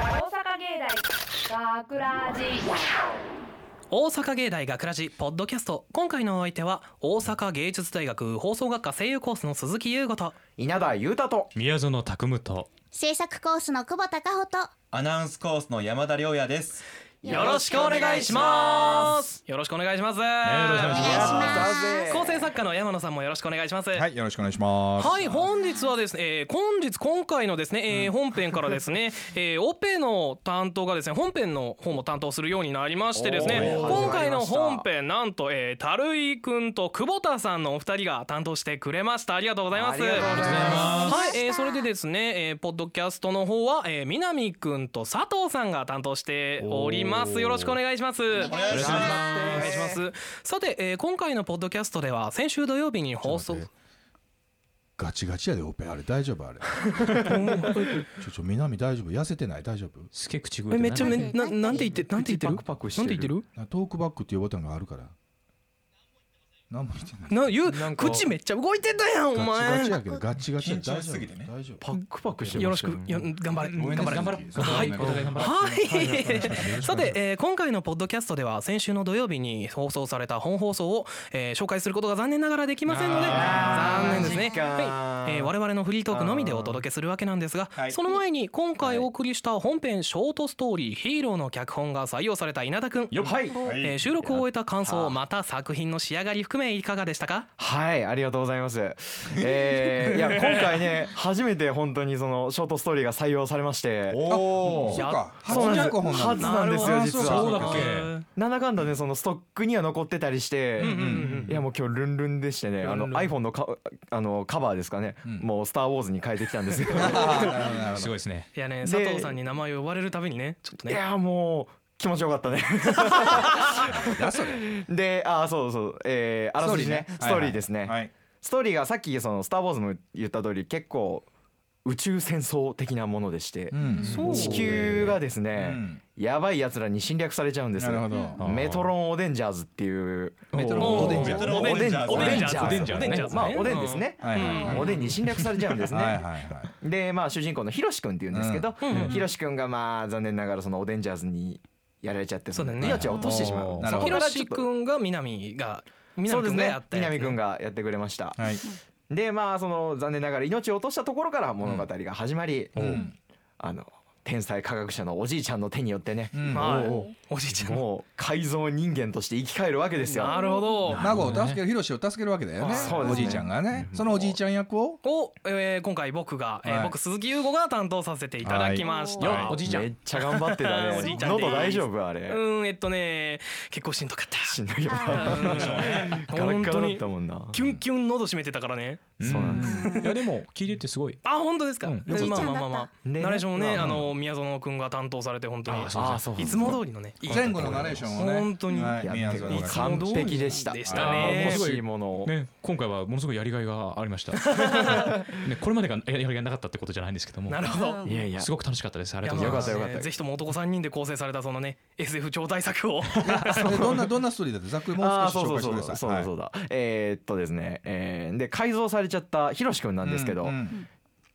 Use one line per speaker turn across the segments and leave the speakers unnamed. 芸大学ラジ
大阪芸大学ラジポッドキャスト今回のお相手は大阪芸術大学放送学科声優コースの鈴木優吾と
稲田裕太と
宮園拓夢と
制作コースの久保孝穂と
アナウンスコースの山田亮也です。
よろしくお願いしますよろしくお願いします、
ろしくお願いします
構成作家の山野さんもよろしくお願いしますはい、
い、よろしくお願いします
本日はですね、えー、本日今回のですね、えー、本編からですね、えー、オペの担当がですね本編の方も担当するようになりましてですね
おー
今回の本編なんと、えー、たるいくんと久保田さんのお二人が担当してくれましたありがとうございます
ありがとうございます
はい、えー、それでですね、えー、ポッドキャストの方は、えー、南くんと佐藤さんが担当しております。よろしくお願いします。お
願いします
願いします。さて、えー、今回のポッドキャストでは先週土曜日に放送。
ガチガチやでオペあれ大丈夫あれちょちょ南大丈夫痩せてない大丈夫
すけ口
え
笛
めっちゃめ
ね
ななんて言ってなんて言ってる？
口パクパクしてる
なんて言ってる？
なトークバックっていうボタンがあるから何も言ってない
な言う
なんか
口めっちゃ動いてたやんお
ガチガ
前
チ。やけどガチガチや
緊張しすぎてね
大丈夫
パックパクして
よろ
ま
し
た
く
ね
よ頑張れ
ごめんな
頑
さ
張
い
れ。
頑
はい
張ろうお互い頑張ろう
はい。 さて、えー今回のポッドキャストでは先週の土曜日に放送された本放送を、えー紹介することが残念ながらできませんので
あー
残念ですね。
マジかー
はい。えー我々のフリートークのみでお届けするわけなんですが、
はい
その前に今回お送りした本編ショートストーリー「ヒーロー」の脚本が採用された稲田くん。
はい
えー収録を終えた感想また作品の仕上がり含めいかがでしたか
はいありがとうござ いますえー、いや今回ね初めて本当にそのショートストーリーが採用されまして
お
そう
や
か
そうなんです
800本なん
初
だ
なんですよ
なるほど
実
あ
そう
は
だっけ
なんだかんだねそのストックには残ってたりして、いやもう今日ルンルンでしてねあの iPhone のカあのカバーですかね、もう「スター・ウォーズ」に変えてきたん ですけど
すごいですね
いやね
で
佐藤さんに名前を呼ばれるたびにねちょっと
い
ね
やもう気持ちよか ったねであーそうそうえー、あらすじねストーリーですね、
はい。
ストーリーがさっきその「スター・ウォーズ」も言った通り結構宇宙戦争的なものでして、
うん
そう
地球がですね、
うん
やばい奴らに侵略されちゃうんです
なるほ
よ
ど
メトロン・オデンジャーズっていう
メトロン
おー
オデンジャ
メ
ー
トロン
お
オ
で
デ
ん
ンジャーズ
おでんじゃん
オデン
ジ
お
ャーズ
でんじゃん
まあおでんですね、
はいはいはい
おでんに侵略されちゃうんですね、
はいはいはい
でまあ主人公のヒロシ君っていうんですけど、
うん
ヒロシ君がまあ残念ながらそのオデンジャーズにやられちゃって
そうだね
命を落としてしまう、
なる
そ
ほ
ひ
こか
ど
ろ
らちょ
し
っと
くんが南が南
そうで
く
す
んがや
ね
ったやつね
南君がやってくれました、
はい
でまあその残念ながら命を落としたところから物語が始まり、
ん
あの天才科学者のおじいちゃんの手によってね、
うん
はい
おうおう
おじいちゃん
もう改造人間として生き返るわけですよ
なるほど
孫を助けるヒロシを助けるわけだよね
そうですね
おじいちゃんがねそのおじいちゃん役を
を、えー今回僕が、えー
はい
僕鈴木優吾が担当させていただきました、
はいよおじいちゃん
めっちゃ頑張ってた
おじ
ね
いちゃんです
喉大丈夫あれ
うんえっとね結構しんどかった
しんどいよ
本当
ガラッガラだっ
に
たもんな
キュンキュン喉締めてたからね
そうなんです
いやでも聞いててすごい
あ本当ですか、
うん
でまあまあまあまあ、
ね
ナレーションをね、
ま
あ
あまあ
の宮園くんが担当されて本当に
あそう
ああそう
いつも通りのねいい
前後のナレーションをね
本当に
はい
や
宮
って
園
く
が
れ
い
た
つも
完
通り
璧でした
でした
あー
ね
面白
欲しいものを
ね今回はものすごいやりがいがありましたねこれまでがやりがいがなかったってことじゃないんですけども
なるほど
いやいや
すごく楽しかったですありがとう
い
ござ
や
い
ま
ま
あ
よかった
す
よかった
ぜひとも男3人で構成されたそのね SF 超大作を
えどんなどんなストーリーだってざっくりもう
ああー
少し
そ
紹
う
介し
そ
て
うそうそ
くださ
う
い
そうだそうだえーっとですねえーで改造されちゃったひろしくんなんですけど
うんうん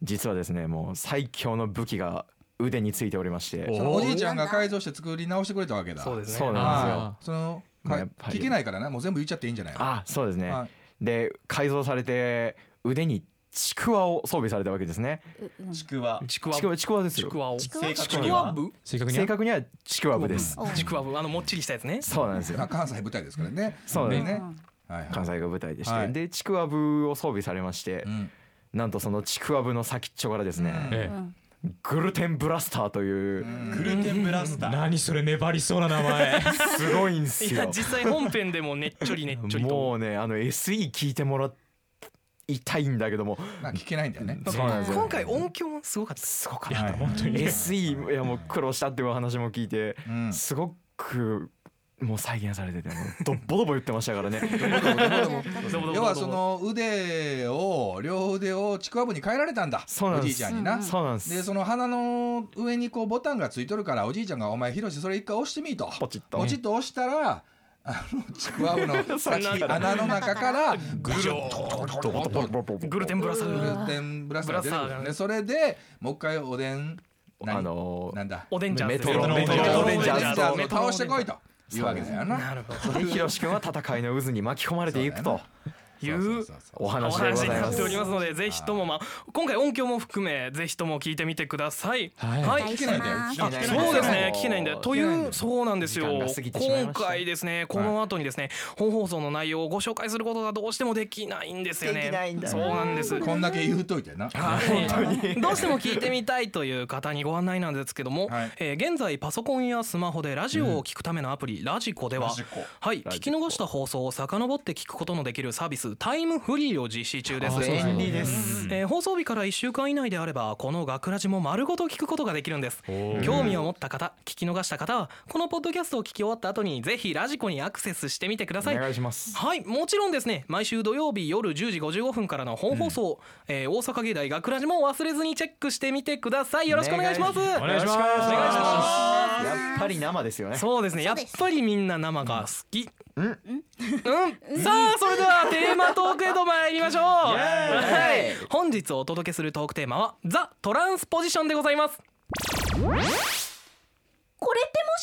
実はですねもう最強の武器が腕についておりまして
そのおじいちゃんが改造して作り直してくれたわけだ
そうですね
そうなんですよ
ああその
まあ
か
やっぱり
聞けないからなもう全部言っちゃっていいんじゃない
あそうですね
はい
で改造されて腕にちくわを装備されたわけですね
ちくわ。
ちくわ
ちくわちくわです
ち
よ
くわを
ちくわ
正
ち
確に
く
は
わぶ
正確に
正確にはちくわぶです
お
ちくわぶあのもっちりしたやつね
そうなんです
まあ
よ
関西舞台ですからね
そうです
ね
うん
はいはい
関西が舞台でして、
はい
でちくわぶを装備されまして、
うん
なんとそのちくわぶの先っちょからですね、
ええ
グルテンブラスターという、
グルテンブラスター。
何それ粘りそうな名前
すごいんです
いや
よ
実際本編でもねっちょりねっちょりと
もうねあの SE 聞いてもらいたいんだけども
まあ聞けないんだよね
そうなんですよ
今回音響もすごかった
すごか
い
っ
や
た
本当にね
SE いやもう苦労したっていうお話も聞いて、
ん
すごくもう再現されててもうドッボドボ言ってましたからね
どうもどうもどうも
要はその腕を両腕をちくわぶに変えられたんだ
そうなん
お
です
じいちゃんにな
そうなんです
でその鼻の上にこうボタンがついとるからおじいちゃんが「お前ヒロシそれ一回押してみ」と
ポチッと
ポチッと押したらあのちくわぶの
そんな
先穴の中からグルッと
ドボドボドボドボ
グルテンブラスタ
グル
ー
テンブラスターが出てく
ブラスターが
るでそれでもう一回おでん
あの
なんだ
おでんちゃん
メ
です
ト
ね
ロメト
メ
ロ
トロ
レンジャーズ
メトロ
と
メ
を
トロ
倒してこいというわけだよな
なるほど
でひろし君は戦いの渦に巻き込まれていくと
いう
そうそうそう
お
お
話で
話に
ござい
な
ま
っており
す。
ますのでぜひともまあ今回音響も含めぜひとも聞いてみてください
はい
はい
聞けないんだよ
あ
あ
聞けないんだよ
そうですね聞けないんだよとい
聞けないんだ
う
よ
そうなんですよ
時間が過ぎてしまいま
今
した
回ですねこの後にですね本放送の内容をご紹介することがどうしてもできないんですよね
できないんだ
そうなんです
こんだけ言うといてな。
はい、どうしても聞いてみたいという方にご案内なんですけども、
はい
えー現在パソコンやスマホでラジオを聞くためのアプリ、ラジコでは
ラジコ
はい、聞き逃した放送を遡って聞くことのできるサービスタイムフリーを実施中です。
便利です。
えー放送日から1週間以内であればこの「学ラジも丸ごと聞くことができるんです興味を持った方聞き逃した方はこのポッドキャストを聞き終わった後にぜひラジコにアクセスしてみてくださ
お
い
願いします。
はいもちろんですね毎週土曜日夜10時55分からの本放送、えー大阪芸大学ラジも忘れずにチェックしてみてくださいよろしくお願いします
お願いします
お願いしま
やっぱり生ですよね
す。そうですねや
そ
っ
うです
ぱりみんな生が好きうん、さあそれではテーマトークへと参りましょうはい本日お届けするトークテーマはザ・トランスポジションでございます
これってもし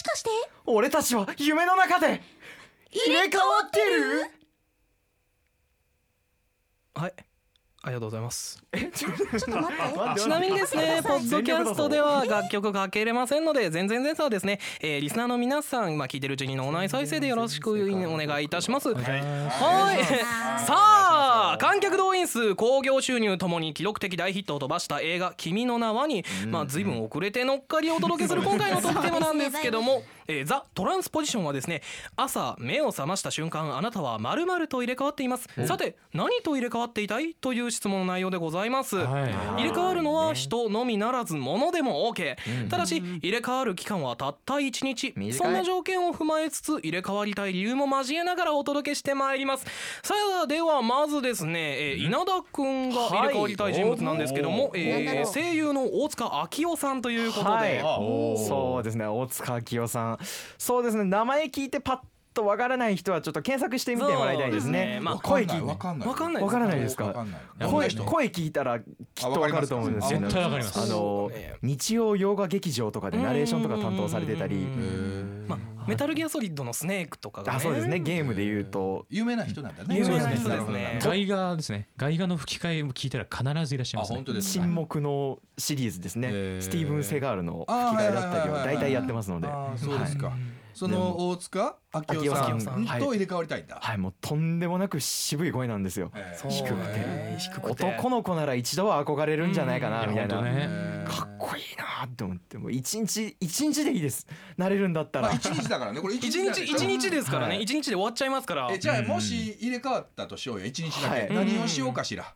かして
俺たちは夢の中で入れ替わってる
はいありがとうございます
ちょっと待って
ちなみにです ね、ポッドキャストでは楽曲がかけれませんので、全然前さはですね、えーリスナーの皆さん、まあ聞いてるうちに脳内再生でよろしくお願いいたします。はい。さあ、観客動員数、興行収入ともに記録的大ヒットを飛ばした映画、君の名はに、まあ随分遅れて乗っかりをお届けする今回のトークテーマなんですけども、えーザ・トランスポジションはですね、朝目を覚ました瞬間、あなたは〇〇と入れ替わっています。さて、何と入れ替わっていたいという質問の内容でございます。
は
入れ替わるのは人のみならず物でも OK、ただし入れ替わる期間はたった1日
短い
そんな条件を踏まえつつ入れ替わりたい理由も交えながらお届けしてまいりますさあではまずですね、えー稲田くんが入れ替わりたい人物なんですけども、
はい
なんだ
え
ろ
ー
う
声優の大塚明夫さんということで、
はい
お
そうですね大塚明夫さんそうですね名前聞いてパッとわからない人はちょっと検索してみてもらいたいです
そうですね
ね
まあ
声聞い
わかんない。
わかんない
わからないです
わ
か
かんない。
声声聞いたらきっとわかると思うんですよね
絶対わかります
あの日曜洋画劇場とかでナレーションとか担当されてたり
まあ、メタルギアソリッドのスネークとかが、ね、
あそうですねゲームで言うと
有名な人なんだね
有名な人です
い
ね
外画ですね外画の吹き替えを聞いたら必ずいらっしゃい
あ
ますね
本当ですか
沈黙のシリーズですね、
えー
スティーブン・セガールの吹き替えだったりを大体やってますので
あーそうですか。その大塚
明
明
夫
夫
さん
さんと
はい
入れ替わりたいんだ。
はいもうとんでもなく渋い声なんですよ
えー
そう
低くて
ね低くて
男の子なら一度は憧れるんじゃないかなみたい
本
な、
当ね
えー
かっこいいなって思ってもう一日一日でいいですなれるんだった
ま
ら、
あ一日だからね。これ一
一
日なん
日
でしょ
一日ですからね
はい
一、日で終わっちゃいますから
えじゃあもし入れ替わったとしようよ一日だけ、
は
何をしようかしら、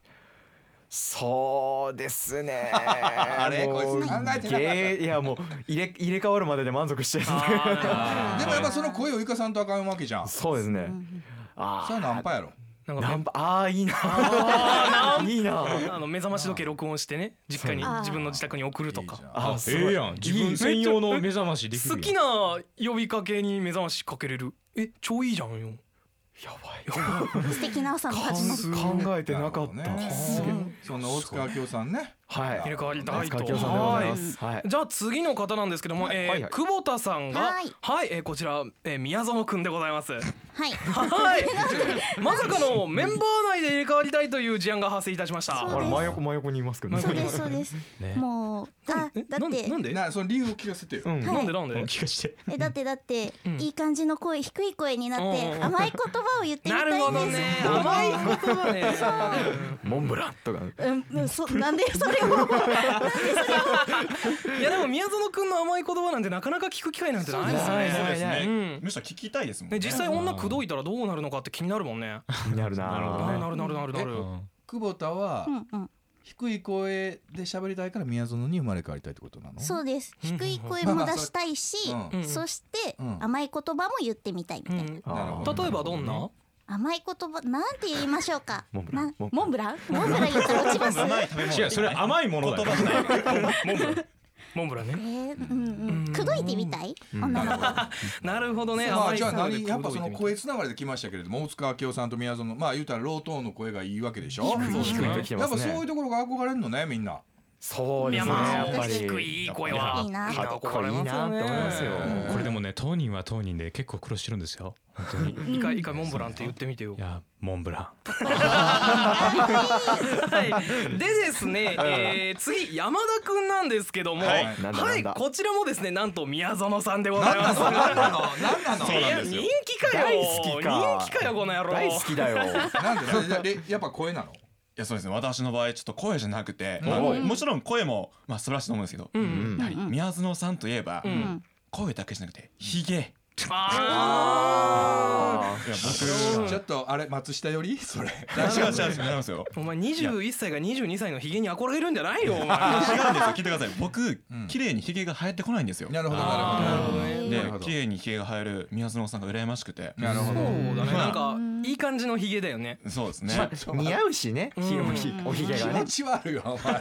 そうですね
あれこいつ考えてなかった
ゲーいやもう入れ入れ替わるまでで満足してるんで
あー
でもやっぱその声を生かさんとあかんわけじゃんそ
そうですねあ
れ
あ
なんぱやろ
なんか
ナンパあーいいなーいいなー
あの目覚まし時計録音してね実家に
あー
自分の自宅に送ると
いいじゃん
か
あー
あ
すごい
ええやん自分専用の目覚ましできる
好きな呼びかけに目覚ましかけれるえ超いいじゃんよ
やばい
素敵な朝の始ま り
考えてなかった、
なるほどね
すげえ
そんな大塚明夫さんね
はい
入れ替わりたいと
塚明夫さんでございますはい
じゃあ次の方なんですけども、えー
はいはい
久保田さんがは
はいい、
えーこちら、えー宮園くんでございます
はい
はいまさかのメンバー内で入れ替わりたいという事案が発生いたしました
そう
あれ真横真横にいますけどね
そうですそうです
ね
もうあ
え
だ
な
っ
んで
て
なんで
なその理由を聞かせてよ、
うん
なんでなんで
気がして
えだってだって
ん
いい感じの声低い声になっ
うんうん
て甘い言葉を言ってみ
なる
たい
ほ
ん
ど
です
ね甘い言葉ね
モンブランとか
うんうんそなんでそれを
いやでも宮園くんの甘い言葉なんてなかなか聞く機会なんてないです
そう
ね
ですね
うん
むしろ聞きたいですもん
ね
ね
実際女口説いたらどうなるのかって気になるもんね。
気になるな
なるほど
なる
は
なるなるなるなる。
久保田は
うんうん
低い声で喋りたいから宮園に生まれ変わりたいってことなの
そううです
うん
低い声も出したいし
うん
そして
うん
甘い言葉も言ってみたいみ
う
たいなん
い
なるほど
例えばどんな？
甘い言葉なんて言いましょうか
モンブラン
な
モン
モンブランモンブラン言ったら落ちます
甘い食べ物
違うそれ甘いものだよ
言葉じゃない
モンブラン
え
ね。
ーうんうん口説いてみたい女の子
なるほどね。
ま
甘
あ
い
じゃあ
声で
何
口
やっぱ
説いて
その
みた
声つながりで来ましたけれども大塚明夫さんと宮園のまあ言うたらロートーンの声がいいわけでしょ
い低いときて
や
ま
っ
す
ぱ
ね
そういうところが憧れるのねみんな
そう
い
で
や
すね
まあ
やっぱり
確
低いいい声はい
いな
かっこいいなって思いますよ
うんこれでもね当人は当人で結構苦労してるんですよ本当に
一回一回モンブランって言ってみてよ
い。やモンブラン
はい、でですね、えー、次山田くんなんですけども、は
はいい、
なんだなんだ
こちらもですね、なんと宮園さんでございます。
何なの何なの
いや人気かよ。
大好きか
人気かよこの野郎。
大好きだよ
なんでなんで
ででやっぱ声なの
いやそうですね私の場合ちょっと声じゃなくて、
ん
あの
うん
もちろん声も、まあ、素晴らしいと思うんですけど、
うんう。
うん
やはり宮園さんといえば、
うん。
声だけじゃなくてひげ
あ
あ
いや
ちょっとあれ松下より それ
僕違う違う違う違い ますよ
ーお前二十一歳が二十二歳のヒゲに憧れるんじゃないよ。お前
違うんですよ聞いてください僕
うん
綺麗にひげが生えてこないんですよ
な
で
るほど
あー
なるほど
なるほど
なるほど
綺麗にひげが生える宮園さんが羨ましくて
なるほ
そ
ど
うだね。
まあ
なんかいい感じのヒゲだよね。
そうですね
ー似合うしねひ
うん
おひおひげ
気
が
持
ね
ち悪いよお 前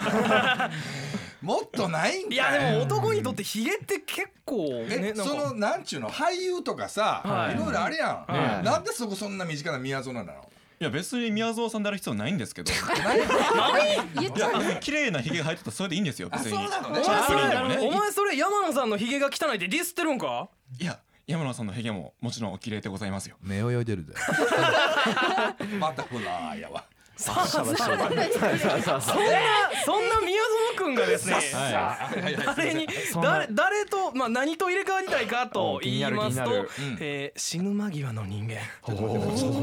もっとないんか
いやでも男にとってヒゲって結構ね
え
なん
その
か。
なんちゅうの俳優とかさ、
はい
い、ろいろあるやん、
はい
なんでそこそんな身近な宮園なの
いや別に宮園さんである必要ないんです けどい
言っち
や
ゃう
あの綺麗なひげが生えてたらそれでいいんですよ別に
あそうなの
お
ね
前
チャッ
そ
プリンでも
れ、
ね
お前それ山野さんのヒゲが汚いってディスってるんか？
いや山野さんのひげももちろんお綺麗でございますよ
目泳いでるでまたほらやわ
さあさあさあさあさあさ
そんなそんな宮園くんがですね、誰に
そんな
誰誰とまあ何と入れ替わりたいかと
お気
言
に
い
なる
ますと
気になる、
えー死ぬ間際の人間。
ちょ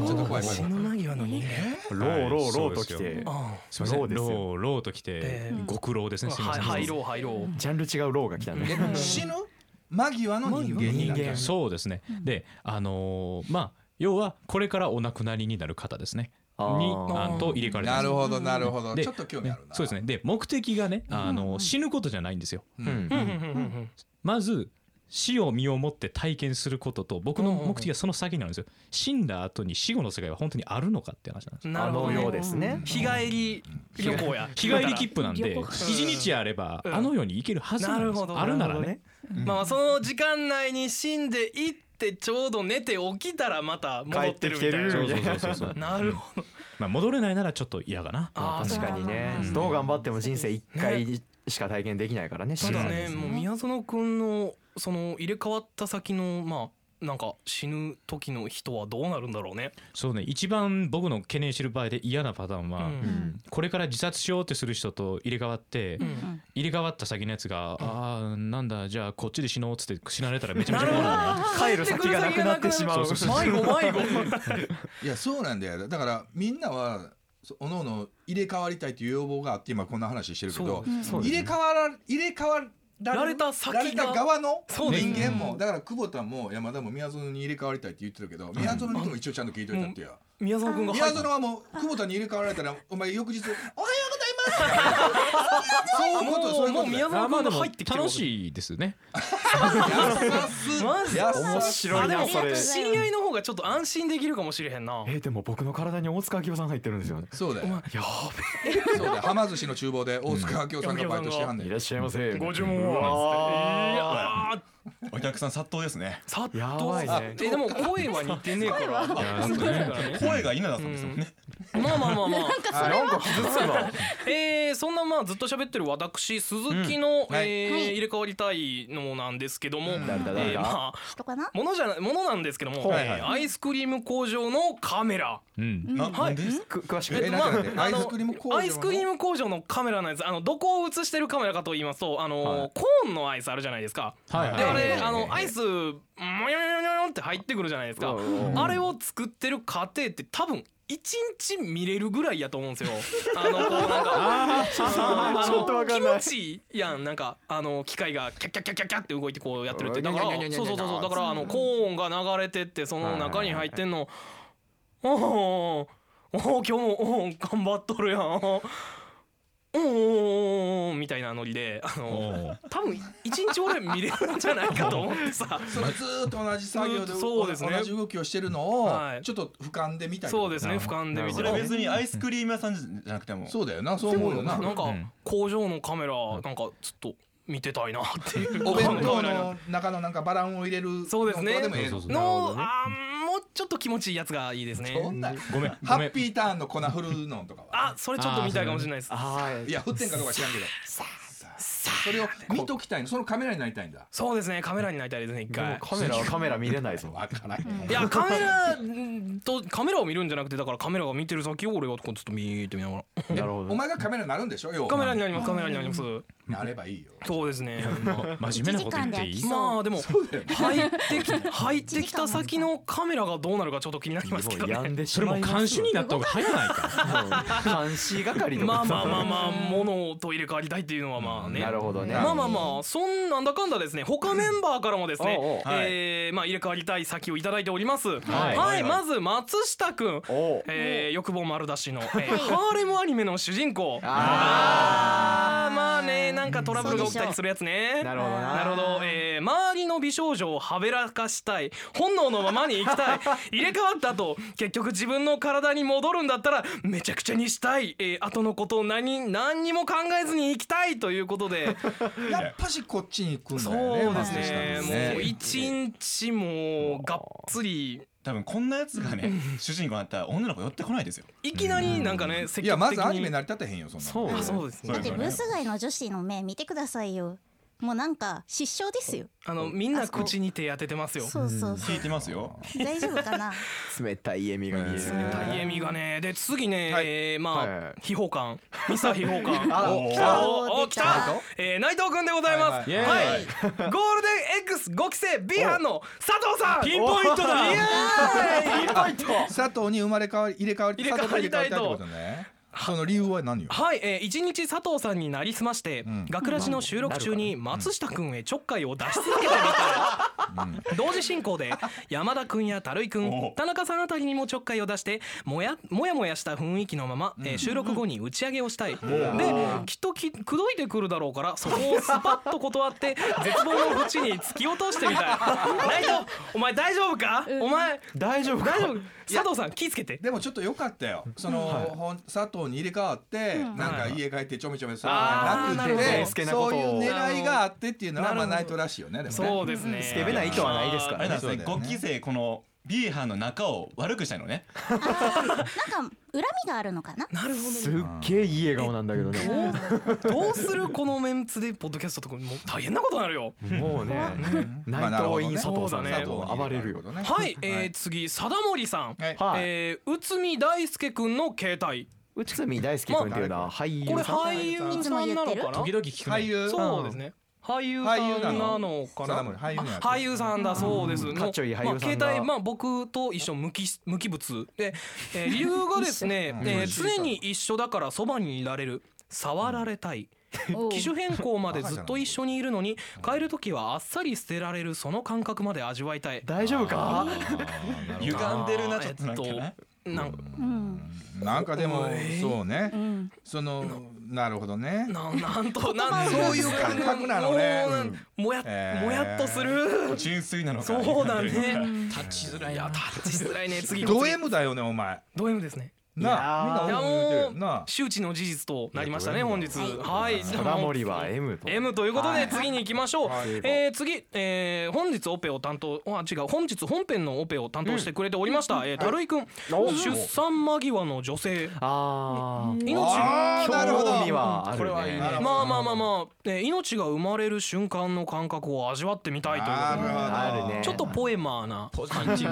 っと怖い怖い
死ぬ間際の人間。
あローローローと
そ
き
うです
て
あ
すいません
ロー
ロ
ですよ
ーローとき
え
て
ー
極老です
あ、
ねすいま
は
せん
入ろう入ろ
ジャンル違うローが来たね
死ぬ間際の人間になる
間際
そうですねであのーまあ要はこれからお亡くなりになる方ですね
あー
にあと入れ替われてま
な
す
るほどなるほど
で
ちょっと興味あるな
そうですねで目的がねあのー死ぬことじゃないんですよ
うんうん
う。うんうんうん
まず死を身をもって体験することと僕の目的はその先になるんですよ死んだ後に死後の世界は本当にあるのかって話なんです
う
よ
んな
あ
るほ
の
ど
よう
ね。
ですね
日帰り旅行や。
日帰り切符なんで1日あれば
うん
あの世に行けるはずなんですよあるならね。
まあその時間内に死んでいってちょうど寝て起きたらまた戻ってるみたいな。
帰ってきてる
そうそうそうそう
なるほど。
まあ戻れないならちょっと嫌かな
あー
確かにねどう頑張っても人生一回しか体験できないからね
ただ
死ぬ
ね、もう宮園くんのその入れ替わった先のまあなんか死ぬ時の人はどうなるんだろうね。
そうね一番僕の懸念してる場合で嫌なパターン
う
は、
ん
これから自殺しようってする人と入れ替わって、
うん
入れ替わった先のやつが「あーなんだじゃあこっちで死のう」っつって死なれたらめちゃめ
な
ちゃ
るほ
怖いよ
ど。
ね
帰る先がなくなってしまう
帰ってくる先がなくなってしまう。迷子 迷子。
いやそうなんだよだからみんなはそおのおの入れ替わりたいという要望があって今こんな話してるけど、
そう
入れ替わら入れ替わら
られた先が
られた側の
そう
人
です
間も、だから久保田も山田も宮園に入れ替わりたいって言ってるけど、宮園の人も一応ちゃんと聞いといたってよ、
宮園くんが
宮
入っ
園はもう久保田に入れ替わられたらお前翌日「おはようございます」そういうことそう
も
いう
もう宮
うことだよ
園
あま
くん
あで
が
も
入ってきてるわ
楽
け。
しいですね
マジ
やっ
面白い
あ
な
で
それ
も知り合いの方がちょっと安心できるかもしれへんな。
えでも僕の体に大塚明夫さん入ってるんですよね
そうだよ
や
そうだよはま寿司の厨房で大塚明夫さんがバイトしてはんね
べい
ん
らっしゃいませ
ご注文を
うわ
あー
お客さん殺到ですね
さっと
やばいね
えでも声は似てねえから。
いや本当ね
声が稲田さんですもんね
まあまあまあまあ。
ーあなんか傷つくな
えー、そんなまあずっと喋ってる私鈴木の、
はい
えー
はい
入れ替わりたいのなんですけども、
ん
え
誰だ誰
ー
だ
まあ
人かな
ものじゃなものなんですけども、
はいはい
えーアイスクリーム工場のカメラ。
うん
ななんで
く詳しく
え
と
なん
まあ
かね
あ
アイ
の
スクリーム工場の
アイスクリーム工場のカメラのやつあのどこを映してるカメラかと言いますとあの、
はい
コーンのアイスあるじゃないですか。
はい
であ
はい
れあのアイスもよよよよよって入ってくるじゃないですか
う。ん
あれを作ってる過程って多分一日見れるぐらいやと思うんですよ。あのこうなんかあ
ちょっとわ
の
か
気
んない
持ちいいやんなんかあの機械がキャッキャッキャッキャッキャッって動いてこうやってるってだから
うん
そうそうそうそうだからあのコーンが流れてってその中に入ってんの。おーおーおー今日もおー頑張っとるやん。おーおーおーみたいなノリであ
お
の
ー
多分一日俺見れるんじゃないかと思ってさ。
それずーっと同じ作業で
ずーっとそうですね
同じ動きをしてるのを
はい
ちょっと俯瞰で見たりとか
そうですね俯瞰で見
そ
て
れ
る。
別にアイスクリーム屋さんじゃなくても
そうだよなそう思うよな
なんか
ん
工場のカメラなんかずっと見てたいなっていう
お弁当
カメラになって
の中のなんかバランを入れる
そうですね
のとかでもええ
そ
の
うそうそう
のあーもうちょっと気持ちいいやつがいいです
そん
ね。
な
ごめん
ハ
ごめん
ッピーターンの粉振るのとかは
あ、それちょっと見たいかもしれないです。
はい
いや振ってんかどうか知らんけどそれを見ときたいのそのカメラになりたいんだ
そうですね、カメラになりたいですね、一
でも
回。
カメラはカメラ見れないぞ
わからんよ
いや、カメラんと、カメラを見るんじゃなくて、だからカメラが見てる先を俺がこうちょっと見てみながら。
なるほ
お前がカメラになるんでしょ要は
カメラになります、カメラになります。
なればいいよ
そうですね。
真面目なこと言っていい
一時間で飽き
まあでも入ってき入ってきた先のカメラがどうなるかちょっと気になりますけど
ど病ん
ね。
でし
それ
ま
もう
い
監
ます
視になった方が早ないか
監視係とか
まあまあまあまあ物と入れ替わりたいっていうのはまあね。
なるほどね
まあまあまあそんなんだかんだですね他メンバーからもですね、
おうおう
えーまあ入れ替わりたい先をいただいておりますはい、
い
はいまず松下くん、
おう
えー欲望丸出しの、えーハーレムアニメの主人公あ
あー
ーまあねなんかトラブルが起きたりするやつね
なるほどな
なるほど、えー周りの美少女をはべらかしたい本能のままに生きたい入れ替わった後結局自分の体に戻るんだったらめちゃくちゃにしたい、えー後のことを何何にも考えずに生きたいということで
やっぱしこっちに行くん
そ
だよね
うです
松下
ね
さん
もう一日もうがっつり
多分こんなやつがね主人公になったら女の子寄ってこないですよ
いきなりなんかね
い
積
や
極
ま
的に
ずアニメ成り立てへんよそんなの
そ
あ
う
そうですね
だってブース外の女子の目見てくださいよもうなんか失笑ですよ
あのみんな口に手当ててますよ
そうそうそ
聞いうてますよ
大丈夫かな
冷たい笑みが見える
冷たい笑みがねで次ね、
はい
えーまあ、
はい
秘宝館ミサ秘宝 館
あ
お
来
来
た
たおお
出
来
た
た、えー、内藤君でございます
はい
はい、
はい
ゴールデン X5 期生 B 班の佐藤さん
ピンポイントだ
イエーイ
佐藤に生まれ変わり入れ替わり
入れ替わりたいと
佐藤と入れ替わりたいってことねその理由は何よ
はい、えー、一日佐藤さんになりすまして、
ん
学ラジの収録中に松下君へちょっかいを出し続けてみたい、同時進行で山田君やたるい
お
君
う
田中さんあたりにもちょっかいを出してもやもやもやした雰囲気のまま、えー収録後に打ち上げをしたい、できっとき口説いてくるだろうからそこをスパッと断って絶望の淵に突き落としてみたい内藤お前大丈夫か、お前
大丈夫か
大丈夫佐藤さん気ぃつけて
でもちょっと良かったよその、ほん佐藤に入れ替わって、なんか家帰ってちょめちょめするの
あー
がなく
なる
て
ほど
スケなこ
そう
とを
いう狙いがあってっていうのは
なる
ま
ほ
あ
ど
ナイトらしいよねでもね
そうですね
スケベな意図はないですか
あれ
ら
なん
ね
ですね
そうだよ
5
ね
期生この B 班の仲を悪くしたいのね
あーなんか恨みがあるのかな
なるほどね
すっげえいい笑顔なんだけどね
どうするこのメンツでポッドキャストとかもう大変なことになるよ。
もうね
まあなるほど
内藤
ね
院佐藤さん
そうだ
ね
ね
もう暴れるよ
佐藤に入れ替わ
は
る
い
こ、とね
えー、次貞森さん、
はい
はい
えー、内海大輔くんの携帯。
内海大輔君っていうのは俳優
これ
さん
俳優さんなのかな
時？々聞く
俳
ね
優
そうですね。俳優さんなのかな
俳優なの貞森俳優なの
あ俳優さんだそうです
んかっちょいい俳優さんが
まあ、携帯、まあ、僕と一緒無機無機物で、えー、理由がですね、
緒
え
う
ー
ん
常に一緒だからそばにいられる触られたい、機種変更までずっと一緒にいるのに帰る時はあっさり捨てられるその感覚まで味わいたい
大丈夫か
歪んでるなちょっとなんか
え
ね
なん
うん
なんかでも
えー
そうね
うん
そのなるほどね
なんなんとなん
そういう感覚なのね
もうもや
えー
もやっとする
純粋なのか
そうだね
立ちづらい
いやタッチしづらいね次
ド M だよねお前
ド M ですねい
なあみん
や
な思う言うてるよ
も
な
う周知の事実となりましたね本日はいじゃあ
貞森は M と
M ということで次に行きましょう、
はい
えー次、えー本日オペを担当あ違う本日本編のオペを担当してくれておりました、えー、たるいくん出産間際の女性
あー
命
あーなるほど
興味はあ
これはいい
る
ね
ね
まあまあまあまあ、えー命が生まれる瞬間の感覚を味わってみたいということで
なる
あ
ほ
るね
ど
ちょっとポエマーな感 じ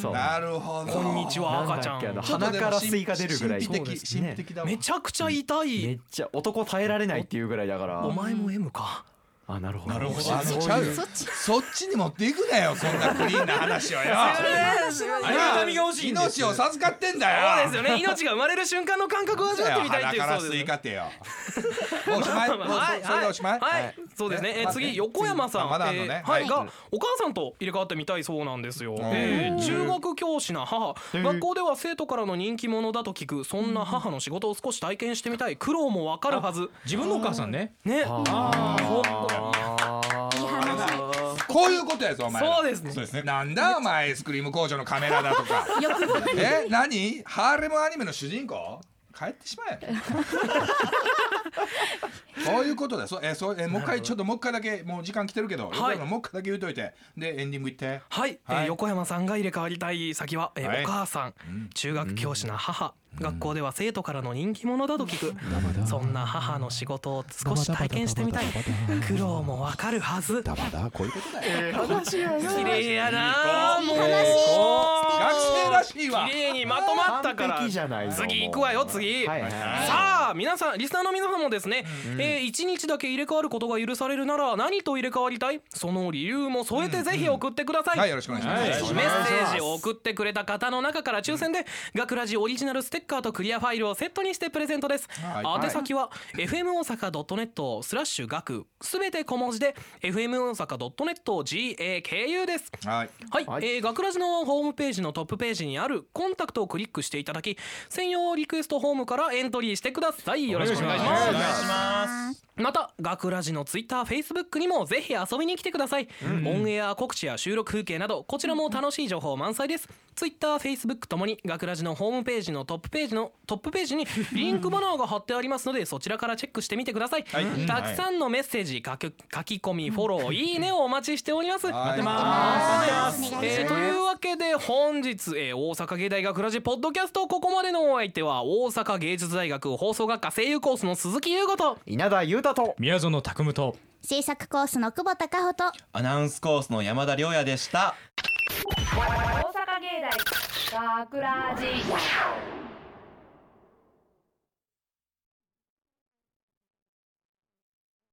そう
なるほど
こんにちは赤ちゃ
なんだっけあの
ん
ちょっと
鼻
でも
からスイカ出るぐらい
神
そ
秘的
うですね
神秘的だわ
めちゃくちゃ痛
め
い
っちゃ男耐えられないっていうぐらいだから
お前も M か
あなるほど
なるほど
あのちゃうよ
そっち
そっちに持っていくなよそんなクリーンな話をよ
ありがたみが欲しいんです
命を授かってんだ
そう
よ
ですよね命が生まれる瞬間の感覚を味わってみたいっていう
鼻から
そう
ス
で
イ
す
カってよもうおしまいもう
はい、
そそれでおしまい
はい、はいそうですね。えー
ね
次横山さん、
まだあんのね
えーはい、
はい
がお母さんと入れ替わってみたいそうなんですよ。
ん
えー中学教師な母、学校では生徒からの人気者だと聞く、そんな母の仕事を少し体験してみたい。苦労もわかるはず。
自分のお母さんね
ね、
あ
いい話
こういうことやぞお前ら
そうですね
そう。ですね
なんだお 前スクリーム工場のカメラだとかえ何ハーレムアニメの主人公帰ってしま えそういうことだそうえそうえもう一回ちょっともう一回だけもう時間来てるけど、横山もう一回だけ言うといてでエンディングいって
はい、えー
はい
横山さんが入れ替わりたい先は、えー
はい
お母さん中学教師な母、学校では生徒からの人気者だと聞く、そんな母の仕事を少し体験してみたい苦労もわかるはず
ダバダこういうことだよ
綺麗やなもう
学生らしいわ
綺麗にまとまったから
完璧じゃないの
次行くわよ次、
はいはいはい
さあ皆さんリスナーの皆さんもですね、えー一日だけ入れ替わることが許されるなら何と入れ替わりたいその理由も添えてぜひ送ってください、
はいよろしくお願いします、
メッセージを送ってくれた方の中から抽選で「学ラジオリジナルステッカーとクリアファイルをセットにしてプレゼントです」
はい
宛先は fm 大阪 .net スラッシュ学すべて小文字で fm 大阪 .net gaku です
はい
はい、
はい
えー学ラジのホームページのトップページにあるコンタクトをクリックしていただき専用リクエストフォームからエントリーしてくださいよろしくお願いしますまた学ラジのツイッター、フェイスブックにもぜひ遊びに来てください、オンエア告知や収録風景などこちらも楽しい情報満載ですツイッター、フェイスブックともに学ラジのホームページのトップページのトップページにリンクバナーが貼ってありますのでそちらからチェックしてみてください、
い
たくさんのメッセージ書き書き込みフォローいいねをお待ちしております
はい
お願いし
えー、と
ま
いうわけで本日、えー大阪芸大学ラジポッドキャストここまでのお相手は大阪芸術大学放送学科声優コースの鈴木優吾と
稲田裕太と
宮園拓夢と
す制作コースの久保孝穂と
アナウンスコースの山田亮也でした
大阪芸大学ラジ